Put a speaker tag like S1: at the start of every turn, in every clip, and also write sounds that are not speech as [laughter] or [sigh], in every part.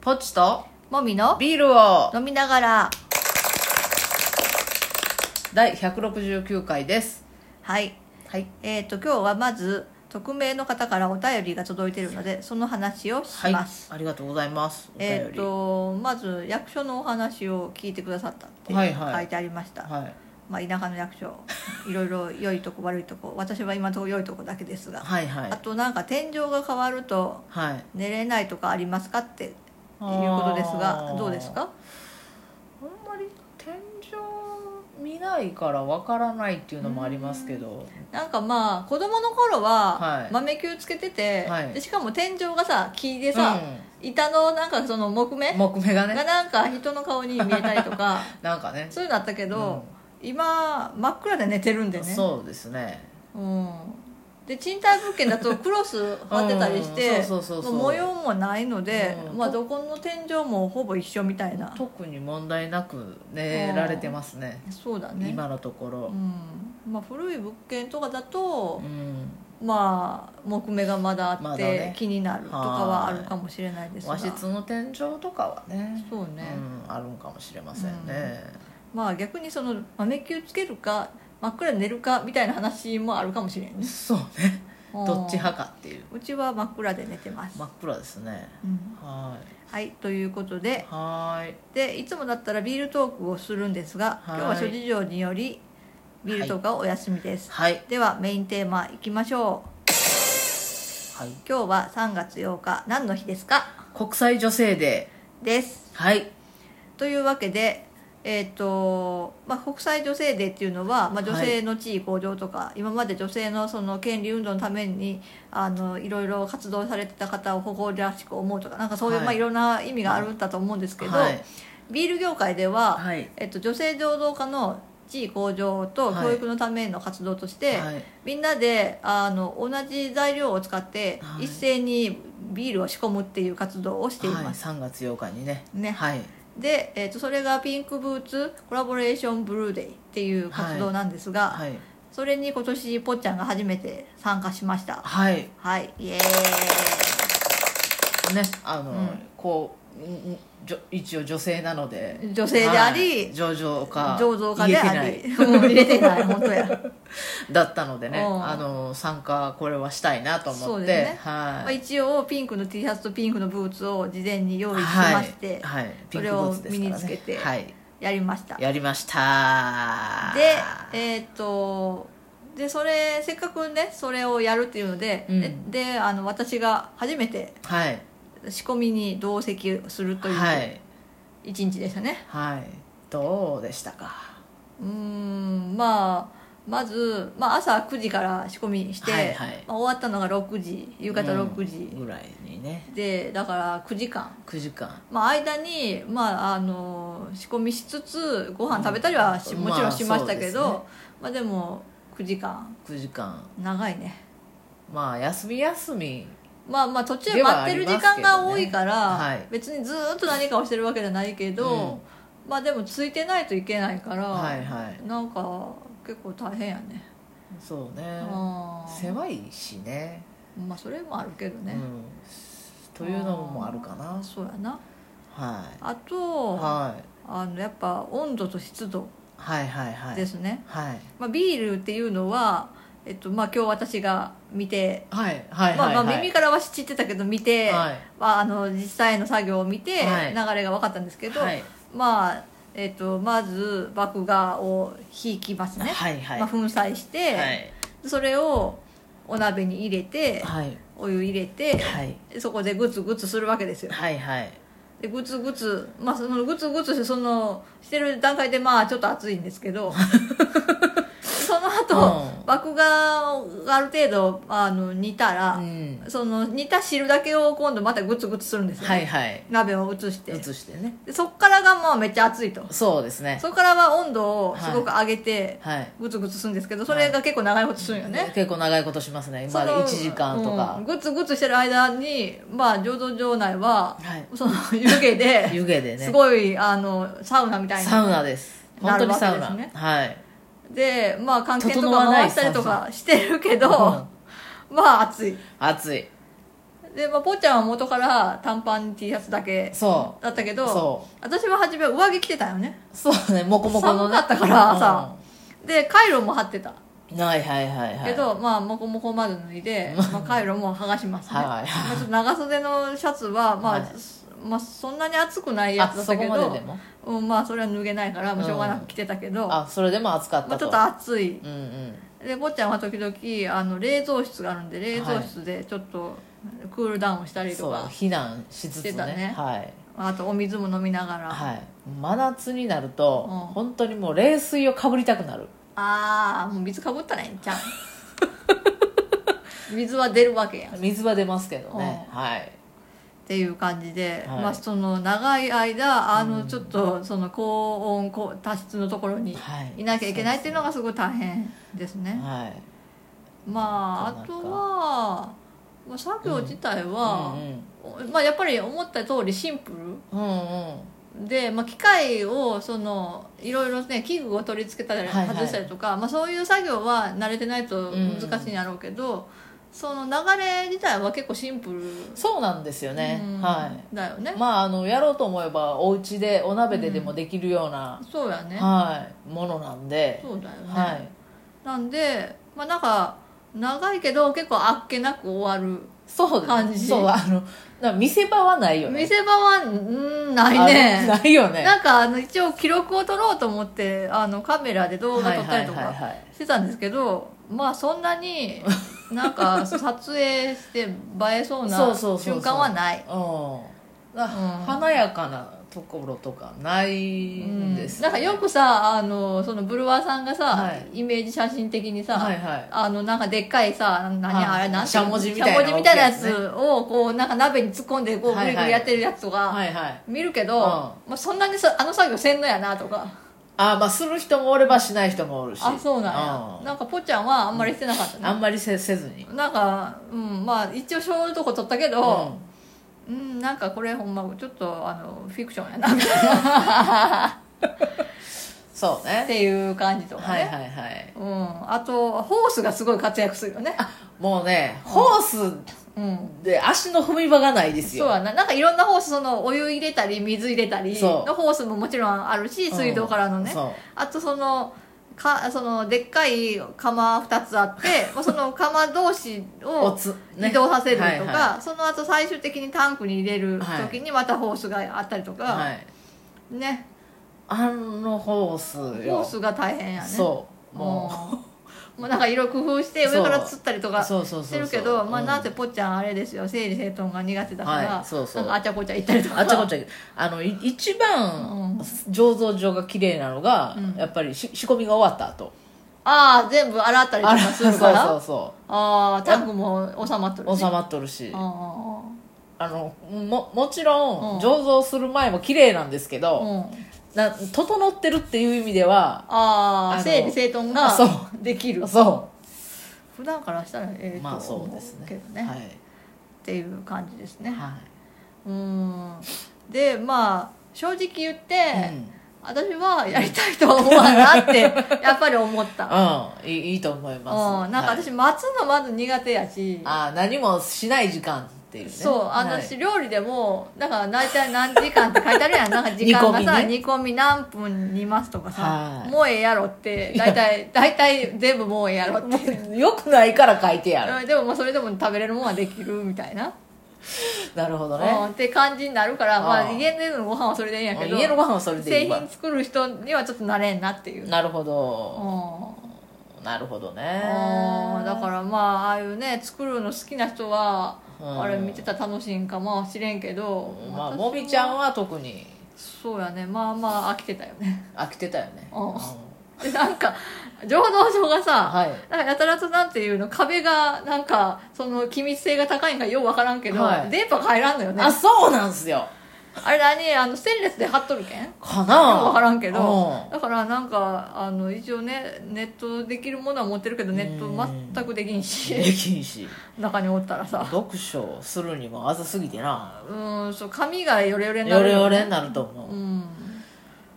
S1: ポチと
S2: もみの
S1: ビールを
S2: 飲みながら
S1: 第169回です
S2: はい
S1: はい
S2: えー、と今日はまず匿名の方からお便りが届いているのでその話を
S1: は
S2: し
S1: い
S2: ます、
S1: ありがとうございますお便り
S2: えー、とまず役所のお話を聞いてくださったって
S1: はいはい
S2: 書いてありました、
S1: はい
S2: まあ、田舎の役所いろいろ良いとこ悪いとこ私は今のところ良いとこだけですが、
S1: はいはい
S2: あとなんか天井が変わると
S1: はいいう
S2: 寝れないとかありますかっていうことですがどうですか
S1: あんまり天井見ないからわからないっていうのもありますけど
S2: なんかまあ子供の頃
S1: は
S2: はい豆球つけてて、
S1: はい
S2: でしかも天井がさ木でさ、板のなんかその木
S1: うん
S2: 目
S1: 木目が
S2: が
S1: ね
S2: なんか人の顔に見えたりとか
S1: なんかね
S2: [laughs] そういうのあったけど、今真っ暗で寝てるん
S1: う
S2: で
S1: ん
S2: ね
S1: そうですね
S2: うん、で賃貸物件だとクロス張ってたりし
S1: うん
S2: て
S1: そうそうそうそう
S2: もう模様もないので、
S1: うん
S2: まあ、どこの天井もほぼ一緒みたいな
S1: 特に問題なく寝られてますね
S2: そうだね、
S1: 今のとこ
S2: う
S1: ろ
S2: んまあ、古い物件とかだと
S1: う、ん
S2: まあ木目がまだあって、
S1: まだね
S2: 気になるとかはあるかもしれないですが
S1: 和室の天井とかはね
S2: そうね、
S1: うん、あるんかもしれませんね、
S2: まあ逆にその豆球つけるか真っ暗で寝るかみたいな話もあるかもしれんね
S1: そうね
S2: ど
S1: どっち派かっていう
S2: うちは真っ暗で寝てます、
S1: 真っ暗ですね
S2: うん
S1: は
S2: はいということで
S1: いはーい
S2: でいつもだったらビールトークをするんですが
S1: は
S2: 今
S1: い
S2: 日は諸事情によりビールトークはお休みです、
S1: はい
S2: ではメインテーマいきましょう
S1: はい
S2: 今日は3月8日何の日ですか
S1: 国際女性デ
S2: です
S1: ーはい
S2: というわけでえーとまあ、国際女性デーっていうのは、まあ、女性の地位向上とか、今まで女性のその権利運動のためにあのいろいろ活動されてた方を誇らしく思うとかなんかそういう、
S1: はい
S2: いまあ、いろんな意味があるんだと思うんですけど、
S1: はい
S2: ビール業界では、
S1: はい
S2: えっと、女性労働家の地位向上と
S1: はい
S2: 教育のための活動として、
S1: はい
S2: みんなであの同じ材料を使って、
S1: はい
S2: 一斉にビールを仕込むっていう活動をしてい
S1: はい
S2: ます、
S1: 3月8日にね
S2: ね
S1: はい
S2: で、えっと、それがピンクブーツコラボレーションブルーデイっていう活動なんですが、
S1: はい
S2: それに今年ぽっちゃんが初めて参加しました
S1: はいね
S2: はいイエーイ
S1: あの、
S2: うん
S1: こううんうんじょ一応女性なので
S2: 女性であり
S1: はい上場か
S2: 醸造家であ
S1: 言え
S2: り
S1: てない
S2: うん入れ
S1: [laughs]
S2: てない本当や
S1: だったのでね、
S2: うん
S1: あの参加これはしたいなと思って
S2: そうですねまあ、
S1: はい、
S2: 一応ピンクの T シャツとピンクのブーツを事前に用意しまして
S1: はいはい、
S2: それを
S1: ピンクブーツですからね
S2: 身につけて
S1: はい、
S2: やりました、
S1: やりました
S2: でえーっとでそれせっかくねそれをやるっていうので、
S1: うん
S2: でであの私が初めて
S1: はい
S2: 仕込みに同席するとい
S1: は
S2: う
S1: い
S2: 一日でしたね、
S1: はいどうでしたか
S2: うーんまあまず、まあ、朝9時から仕込みして、
S1: はいはい
S2: まあ、終わったのが6時夕方6時
S1: う、んぐらいにね
S2: でだから9時間
S1: 9時間
S2: まあ、間に、まあ、あの仕込みしつつご飯食べたりはし、
S1: うん
S2: もちろんしましたけど、
S1: ま
S2: ま
S1: あ
S2: あ
S1: そう
S2: でも9時間
S1: 9時間
S2: 長いね
S1: まあ休み休み
S2: まあまあ途中
S1: では
S2: 待ってる時
S1: あ
S2: 間
S1: りますけ
S2: が
S1: どね
S2: 多いから、
S1: はい
S2: 別にずーっと何かをしてるわけじゃないけど、まあでもついてないといけないから、
S1: はいはい
S2: なんか結構大変やね、
S1: そうね
S2: あー
S1: 狭いしね
S2: まあそれもあるけど
S1: う
S2: ね、
S1: んというのもあるかな
S2: そうやな
S1: はい
S2: あと、
S1: はい
S2: あのやっぱ温度と湿度
S1: はいはいはい
S2: ですね、
S1: はい
S2: まあ、ビールっていうのは、えっとまあ、今日私が見て、
S1: はいはい
S2: ま
S1: はい
S2: あ、ま
S1: は
S2: あ
S1: い
S2: 耳からは知ってたけど見て、
S1: はい
S2: まあ、あの実際の作業を見て
S1: はい
S2: 流れが分かったんですけど、
S1: はい
S2: まあえっと、まず麦芽をひきますね、
S1: はいはい
S2: まあ、粉砕して、
S1: はい
S2: それをお鍋に入れて、
S1: はい
S2: お湯入れて
S1: はい
S2: そこでグツグツするわけですよ
S1: はいはい
S2: でグツグツまあそのグツグツしてそのしてる段階でまあちょっと暑いんです
S1: [laughs]
S2: けどその後、
S1: うん
S2: 麦芽をある程度あの煮たら、
S1: うん
S2: その煮た汁だけを今度またグツグツするんですよ、
S1: はいはい
S2: 鍋を移して
S1: 移してね
S2: でそっからがまあめっちゃ暑いと
S1: そうですね
S2: そこからは温度をすごく上げて、
S1: はい
S2: グツグツするんですけどそれが結構長いことするんよね、
S1: 結構長いことしますね
S2: そ
S1: ま
S2: の
S1: あ1時間と
S2: うん
S1: か
S2: グツグツしてる間にまあ醸造場内は、
S1: はい
S2: その湯気で
S1: 湯気ですね
S2: ごいあのサウナみたいな
S1: サウナです本当にサウ
S2: なるわ
S1: ナ
S2: けです
S1: はい
S2: でまあ関係と
S1: 整
S2: か
S1: わない
S2: 回したりとかしてるけどまあ暑い
S1: 暑い
S2: で、まあ、坊ちゃんは元から短パン T シャツだけ
S1: そ
S2: だったけ
S1: う
S2: ど
S1: そ
S2: 私は初め上着着てたよね
S1: うそうねモコモコのね
S2: 寒かったから朝でカイロも貼ってた
S1: うんはいはいはいはい
S2: けど、まあもこもこまで脱いで、まあ、カイロも剥がしますね、
S1: はい
S2: まあ、ちょっと長袖のシャツは、ま
S1: は
S2: あ
S1: い
S2: まあ、そんなに暑くないや
S1: あ
S2: つだっ
S1: そ
S2: た
S1: こ
S2: け
S1: まで
S2: ど
S1: でも
S2: うん、まあそれは脱げないから、まあ、しょうがな
S1: うん
S2: く着てたけど、ま
S1: あそれでも暑かった
S2: あ、ち
S1: と
S2: ょっと暑い
S1: うんうん
S2: で坊ちゃんは時々あの冷蔵室があるんで冷蔵室でちょっとクールダウンしたりと
S1: そう
S2: か、
S1: 避難しつつ
S2: してた
S1: ね
S2: ね
S1: はい
S2: あとお水も飲みながら、
S1: はい真夏になると、
S2: うん
S1: 本当にもう冷水をかぶりたくなる
S2: ああもう水かぶったらええ
S1: [laughs]
S2: んちゃう水は出るわけやんっ
S1: 水は出ますけどね、はい
S2: ていう感じで、
S1: はい
S2: まあその長い間あ
S1: う
S2: の
S1: ん
S2: ちょっとその高温高多湿のところに
S1: はい
S2: いなきゃいけないっていうのがすごい大変ですね、
S1: はい
S2: まああ
S1: なか
S2: と
S1: なか
S2: は、まあ、作業自体は、まあ、やっぱり思った通りシンプル
S1: うんうんうんうん
S2: で、まあ、機械をそのいろいろね器具を取り付けたり
S1: はいはい
S2: 外したりとか、まあ、そういう作業は慣れてないと難しいんやろうけど、その流れ自体は結構シンプル、
S1: そうなんですよね、
S2: うん
S1: はい
S2: だよね、
S1: まああのやろうと思えばお家でお鍋ででもできるような、
S2: そうやね、
S1: はいものなんで
S2: そうだよね、
S1: はい
S2: なんでまあなんか長いけど結構あっけなく終わる
S1: そう
S2: 感じ
S1: そうあのな見せ場はないよね
S2: 見せ場はうんないね
S1: あのないよね
S2: なんかあの一応記録を取ろうと思ってあのカメラで動画撮ったりと
S1: はいはい
S2: か
S1: はいはい
S2: してたんですけど、まあそんなになんか撮影して映えそう
S1: そ
S2: な
S1: うそうそうそう
S2: 瞬間はない。
S1: うん、
S2: うん
S1: 華やかなところとかないんです、
S2: なんかよくさあのそのブルワーさんがさ、
S1: はい
S2: イメージ写真的にさ、
S1: はいはい
S2: あのなんかでっかいさ何
S1: はい
S2: あれなんて
S1: しゃもじみたいな
S2: しゃもじみたいなや
S1: 大きいや
S2: つをこうなんか鍋に突っ込んでこう
S1: は
S2: グ
S1: いはい
S2: リグリやってるやつとか
S1: はいはい
S2: 見るけど、
S1: うん
S2: まあ、そんなにさあの作業せんのやなとか
S1: あまあする人もおればしない人もおるし
S2: あそうなんや、
S1: うん
S2: なんかぽっちゃんはあんまりしてなかったね
S1: あ、んまりせせずに
S2: なんかうんまあ一応そういうとこ撮ったけどうん、なんかこれほんまちょっとあのフィクションやなみたいな
S1: そう
S2: っ
S1: ね
S2: ていう感じとか
S1: は
S2: ね、
S1: いはいはい
S2: うん、あとホースがすごい活躍するよね
S1: もうねホース
S2: うん
S1: で足の踏み場がないです
S2: そう
S1: よ
S2: やななんかいろんなホースそのお湯入れたり水入れたり
S1: そう
S2: のホースももちろんあるし
S1: うん
S2: 水道からのね、
S1: そう
S2: あとそのかそのでっかい釜2つあって
S1: [laughs]
S2: まあその釜同士
S1: お
S2: を
S1: つね
S2: 移動させるとか、
S1: はいは
S2: その後最終的にタンクに入れる時にまたホースがあったりとか、
S1: いはい
S2: ね
S1: あのホースよ
S2: ホースが大変やね
S1: そうも
S2: うんもうなんか色々工夫して
S1: そう
S2: 上から釣ったりと
S1: う
S2: か
S1: そうそうそう
S2: してるけどまあ
S1: うん
S2: なんてぽっちゃんあれですよ整理整頓が苦手だから、
S1: はいそうそう
S2: なんかあちゃこちゃ行ったりとか
S1: あちゃこちゃあのい一番醸造所が綺麗なのが、
S2: うん
S1: やっぱりし仕込みが終わった後
S2: ああ全部洗ったりと
S1: あ
S2: からする
S1: そ
S2: か
S1: う
S2: ら
S1: そうそ
S2: ああタンクも収まっとる
S1: う
S2: し
S1: 収まっとるし
S2: うんう
S1: あのももちろん、
S2: うん
S1: 醸造する前も綺麗なんですけど、
S2: んうんうん
S1: な整ってるっていう意味ではあ
S2: ああ
S1: の
S2: 整理整頓
S1: あ
S2: が
S1: そう
S2: できる
S1: そ
S2: 普段からしたらえ
S1: う
S2: え
S1: まあ
S2: と
S1: そ
S2: 思
S1: うです
S2: う
S1: ね
S2: けどね、
S1: は
S2: っ
S1: い、
S2: ていう感じですね
S1: は
S2: うんでまあ正直言って、
S1: いうん
S2: 私はやりたいとは思わんなってやっぱり思った
S1: うん、いいいいと思います、
S2: うんなんか私
S1: はい
S2: 待つのまず苦手やし、
S1: ああ何もしない時間っていうね
S2: そうあの、
S1: はい
S2: 私料理でもだから大体何時間って書いてあるやんなんか時間が
S1: [laughs] 煮込
S2: さ
S1: みね
S2: 煮込み何分煮ますとかさ
S1: はい
S2: もうええや
S1: [laughs]
S2: ろって大体大体全部もうええやろって
S1: もう [laughs] よくないから書いてやる、
S2: うんでもまあそれでも食べれるもんはできるみたいな、
S1: なるほど
S2: うん
S1: ね、
S2: って感じになるからま
S1: あ
S2: あ
S1: ー
S2: 家でのご飯はそれでいいんやけど
S1: 家のご飯はそれでい
S2: 製
S1: いわ
S2: 品作る人にはちょっとなれんなっていう、うん
S1: なるほど、なるほどね
S2: あーだからまあああいうね作るの好きな人は、
S1: うん
S2: あれ見てたら楽しいんかもしれんけど、
S1: まあ
S2: 私は
S1: もみちゃんは特に
S2: そうやねまあまあ飽きてたよね [laughs]
S1: 飽きてたよね
S2: う
S1: うん
S2: んでなんか浄土所がさ、
S1: はい
S2: なんかやたらとなんていうの壁がなんかその気密性が高いんかようわからんけど、
S1: はい
S2: 電波入らんのよね
S1: あそうなんすよ
S2: あれ何あのステンレスで貼っとるけんよ
S1: か
S2: う
S1: な
S2: わからんけ
S1: う
S2: どだからなんかあの一応ねネットできるものは持ってるけどネット全くできん
S1: で
S2: し
S1: きんし
S2: 中におったらさ
S1: 読書するにもあざすぎてな
S2: うんそう髪がヨレヨレにな
S1: ヨ
S2: る
S1: レヨ
S2: よね
S1: レになると思
S2: うん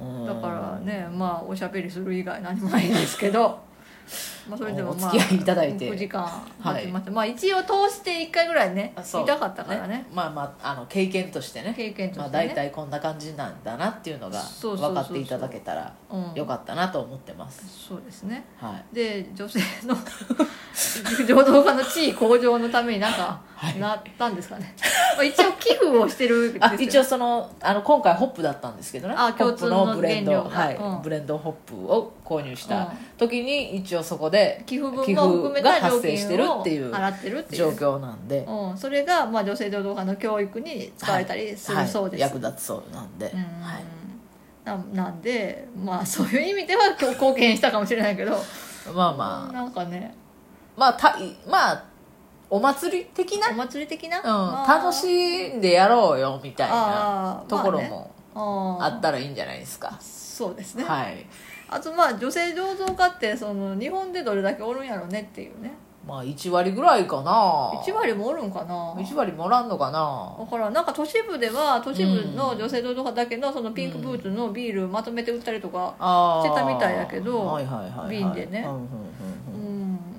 S1: う、うん [laughs]
S2: だからねまあおしゃべりする以外何もないんですけどまあ、それでもまあ
S1: お付き合いいただいて
S2: 9時間経ちました、まあ一応通して1回ぐらいね
S1: あそう
S2: 見たかったからね
S1: まあまああの経験としてね
S2: 経験としてね
S1: まあ、大体こんな感じなんだなっていうのが
S2: そうそ
S1: 分
S2: うそうそう
S1: かっていただけたら
S2: うん、
S1: よかったなと思ってます、
S2: そうですね
S1: はい
S2: で女性の [laughs] 浄土家の地位向上のためになんか、
S1: はい
S2: なったんですかね、まあ、一応寄付をしてるんですよ
S1: あ一応そのあの今回ホップだったんですけどねホッ
S2: あ
S1: プ
S2: 共通の
S1: のブレンド、
S2: 原料が
S1: はい
S2: うん
S1: ブレンドホップを購入し
S2: うん
S1: た時に一応そこで
S2: 寄付分
S1: 寄
S2: も含
S1: 付
S2: め
S1: が
S2: た料
S1: 発生して
S2: 金
S1: る
S2: を
S1: っていう
S2: 払ってるっていう
S1: 状況なんで、
S2: うん、それがまあ女性浄土家の教育に使われたりするそうです、
S1: はい役立つそうなんで、
S2: うん
S1: はい、
S2: ななんでまあそういう意味では [laughs] 今日貢献したかもしれないけど
S1: まあまあ
S2: なんかね
S1: まあたまあお祭り的な、
S2: お祭り的な、
S1: うん
S2: まあ
S1: 楽しんでやろうよみたい
S2: あ
S1: な
S2: ー
S1: ところ
S2: ま
S1: も
S2: あ
S1: あ
S2: ー
S1: ったらいいんじゃないですか、
S2: そうですね、
S1: はい
S2: あとまあ女性醸造家ってその日本でどれだけおるんやろうねっていうね
S1: まあ1割ぐらいかな
S2: 1割もおるんかな
S1: 1割もらんのか
S2: だ
S1: な
S2: からんなんか都市部では都市部の女性醸造家だけのそのピンクブーツのビールまとめて売ったりとか、
S1: あー
S2: してたみたいやけど
S1: はいはいはいはい
S2: 瓶でね
S1: うんうん
S2: う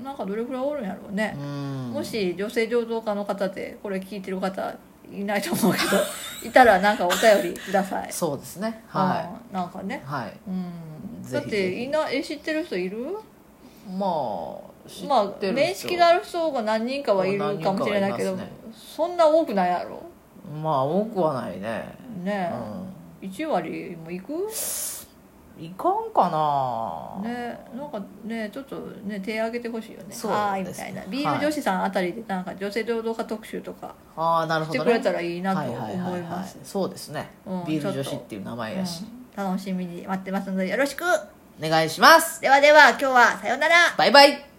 S2: んなんかどれくらいおるんやろうね
S1: う、んうん
S2: もし女性醸造家の方でこれ聞いてる方いないと思うけ
S1: [laughs]
S2: どいたらなんかお便りください
S1: そうですねは
S2: うんなんかね
S1: いはい
S2: うんだ
S1: ぜ
S2: っ
S1: ひ
S2: ていなえ知ってる人いる
S1: まあ知
S2: ま
S1: っ
S2: あ
S1: てる人
S2: 面識がある人が何人かはいるかもしれないけど
S1: 何人かはい
S2: そんな多くないやろ
S1: まあ多くはないね
S2: ね
S1: う
S2: え、1割もいく
S1: んいかんかな
S2: ねなんかねちょっとね手挙げてほしいよね
S1: そう
S2: はーい
S1: で
S2: み
S1: す
S2: た
S1: ね
S2: いなビール女子さんあたりでなんか女性浄土化特集とか
S1: ああなる
S2: し
S1: ほ
S2: て
S1: ど
S2: くれ
S1: ね
S2: たらいいな
S1: は
S2: と
S1: いはいは
S2: 思い
S1: いは
S2: ます
S1: いそうですね
S2: うん
S1: ビール女
S2: ちょ
S1: 子
S2: っ
S1: っ
S2: と
S1: ていう名前やし
S2: うん楽しみに待ってますのでよろしく
S1: お願いします
S2: ではでは今日はさようなら
S1: バイバイ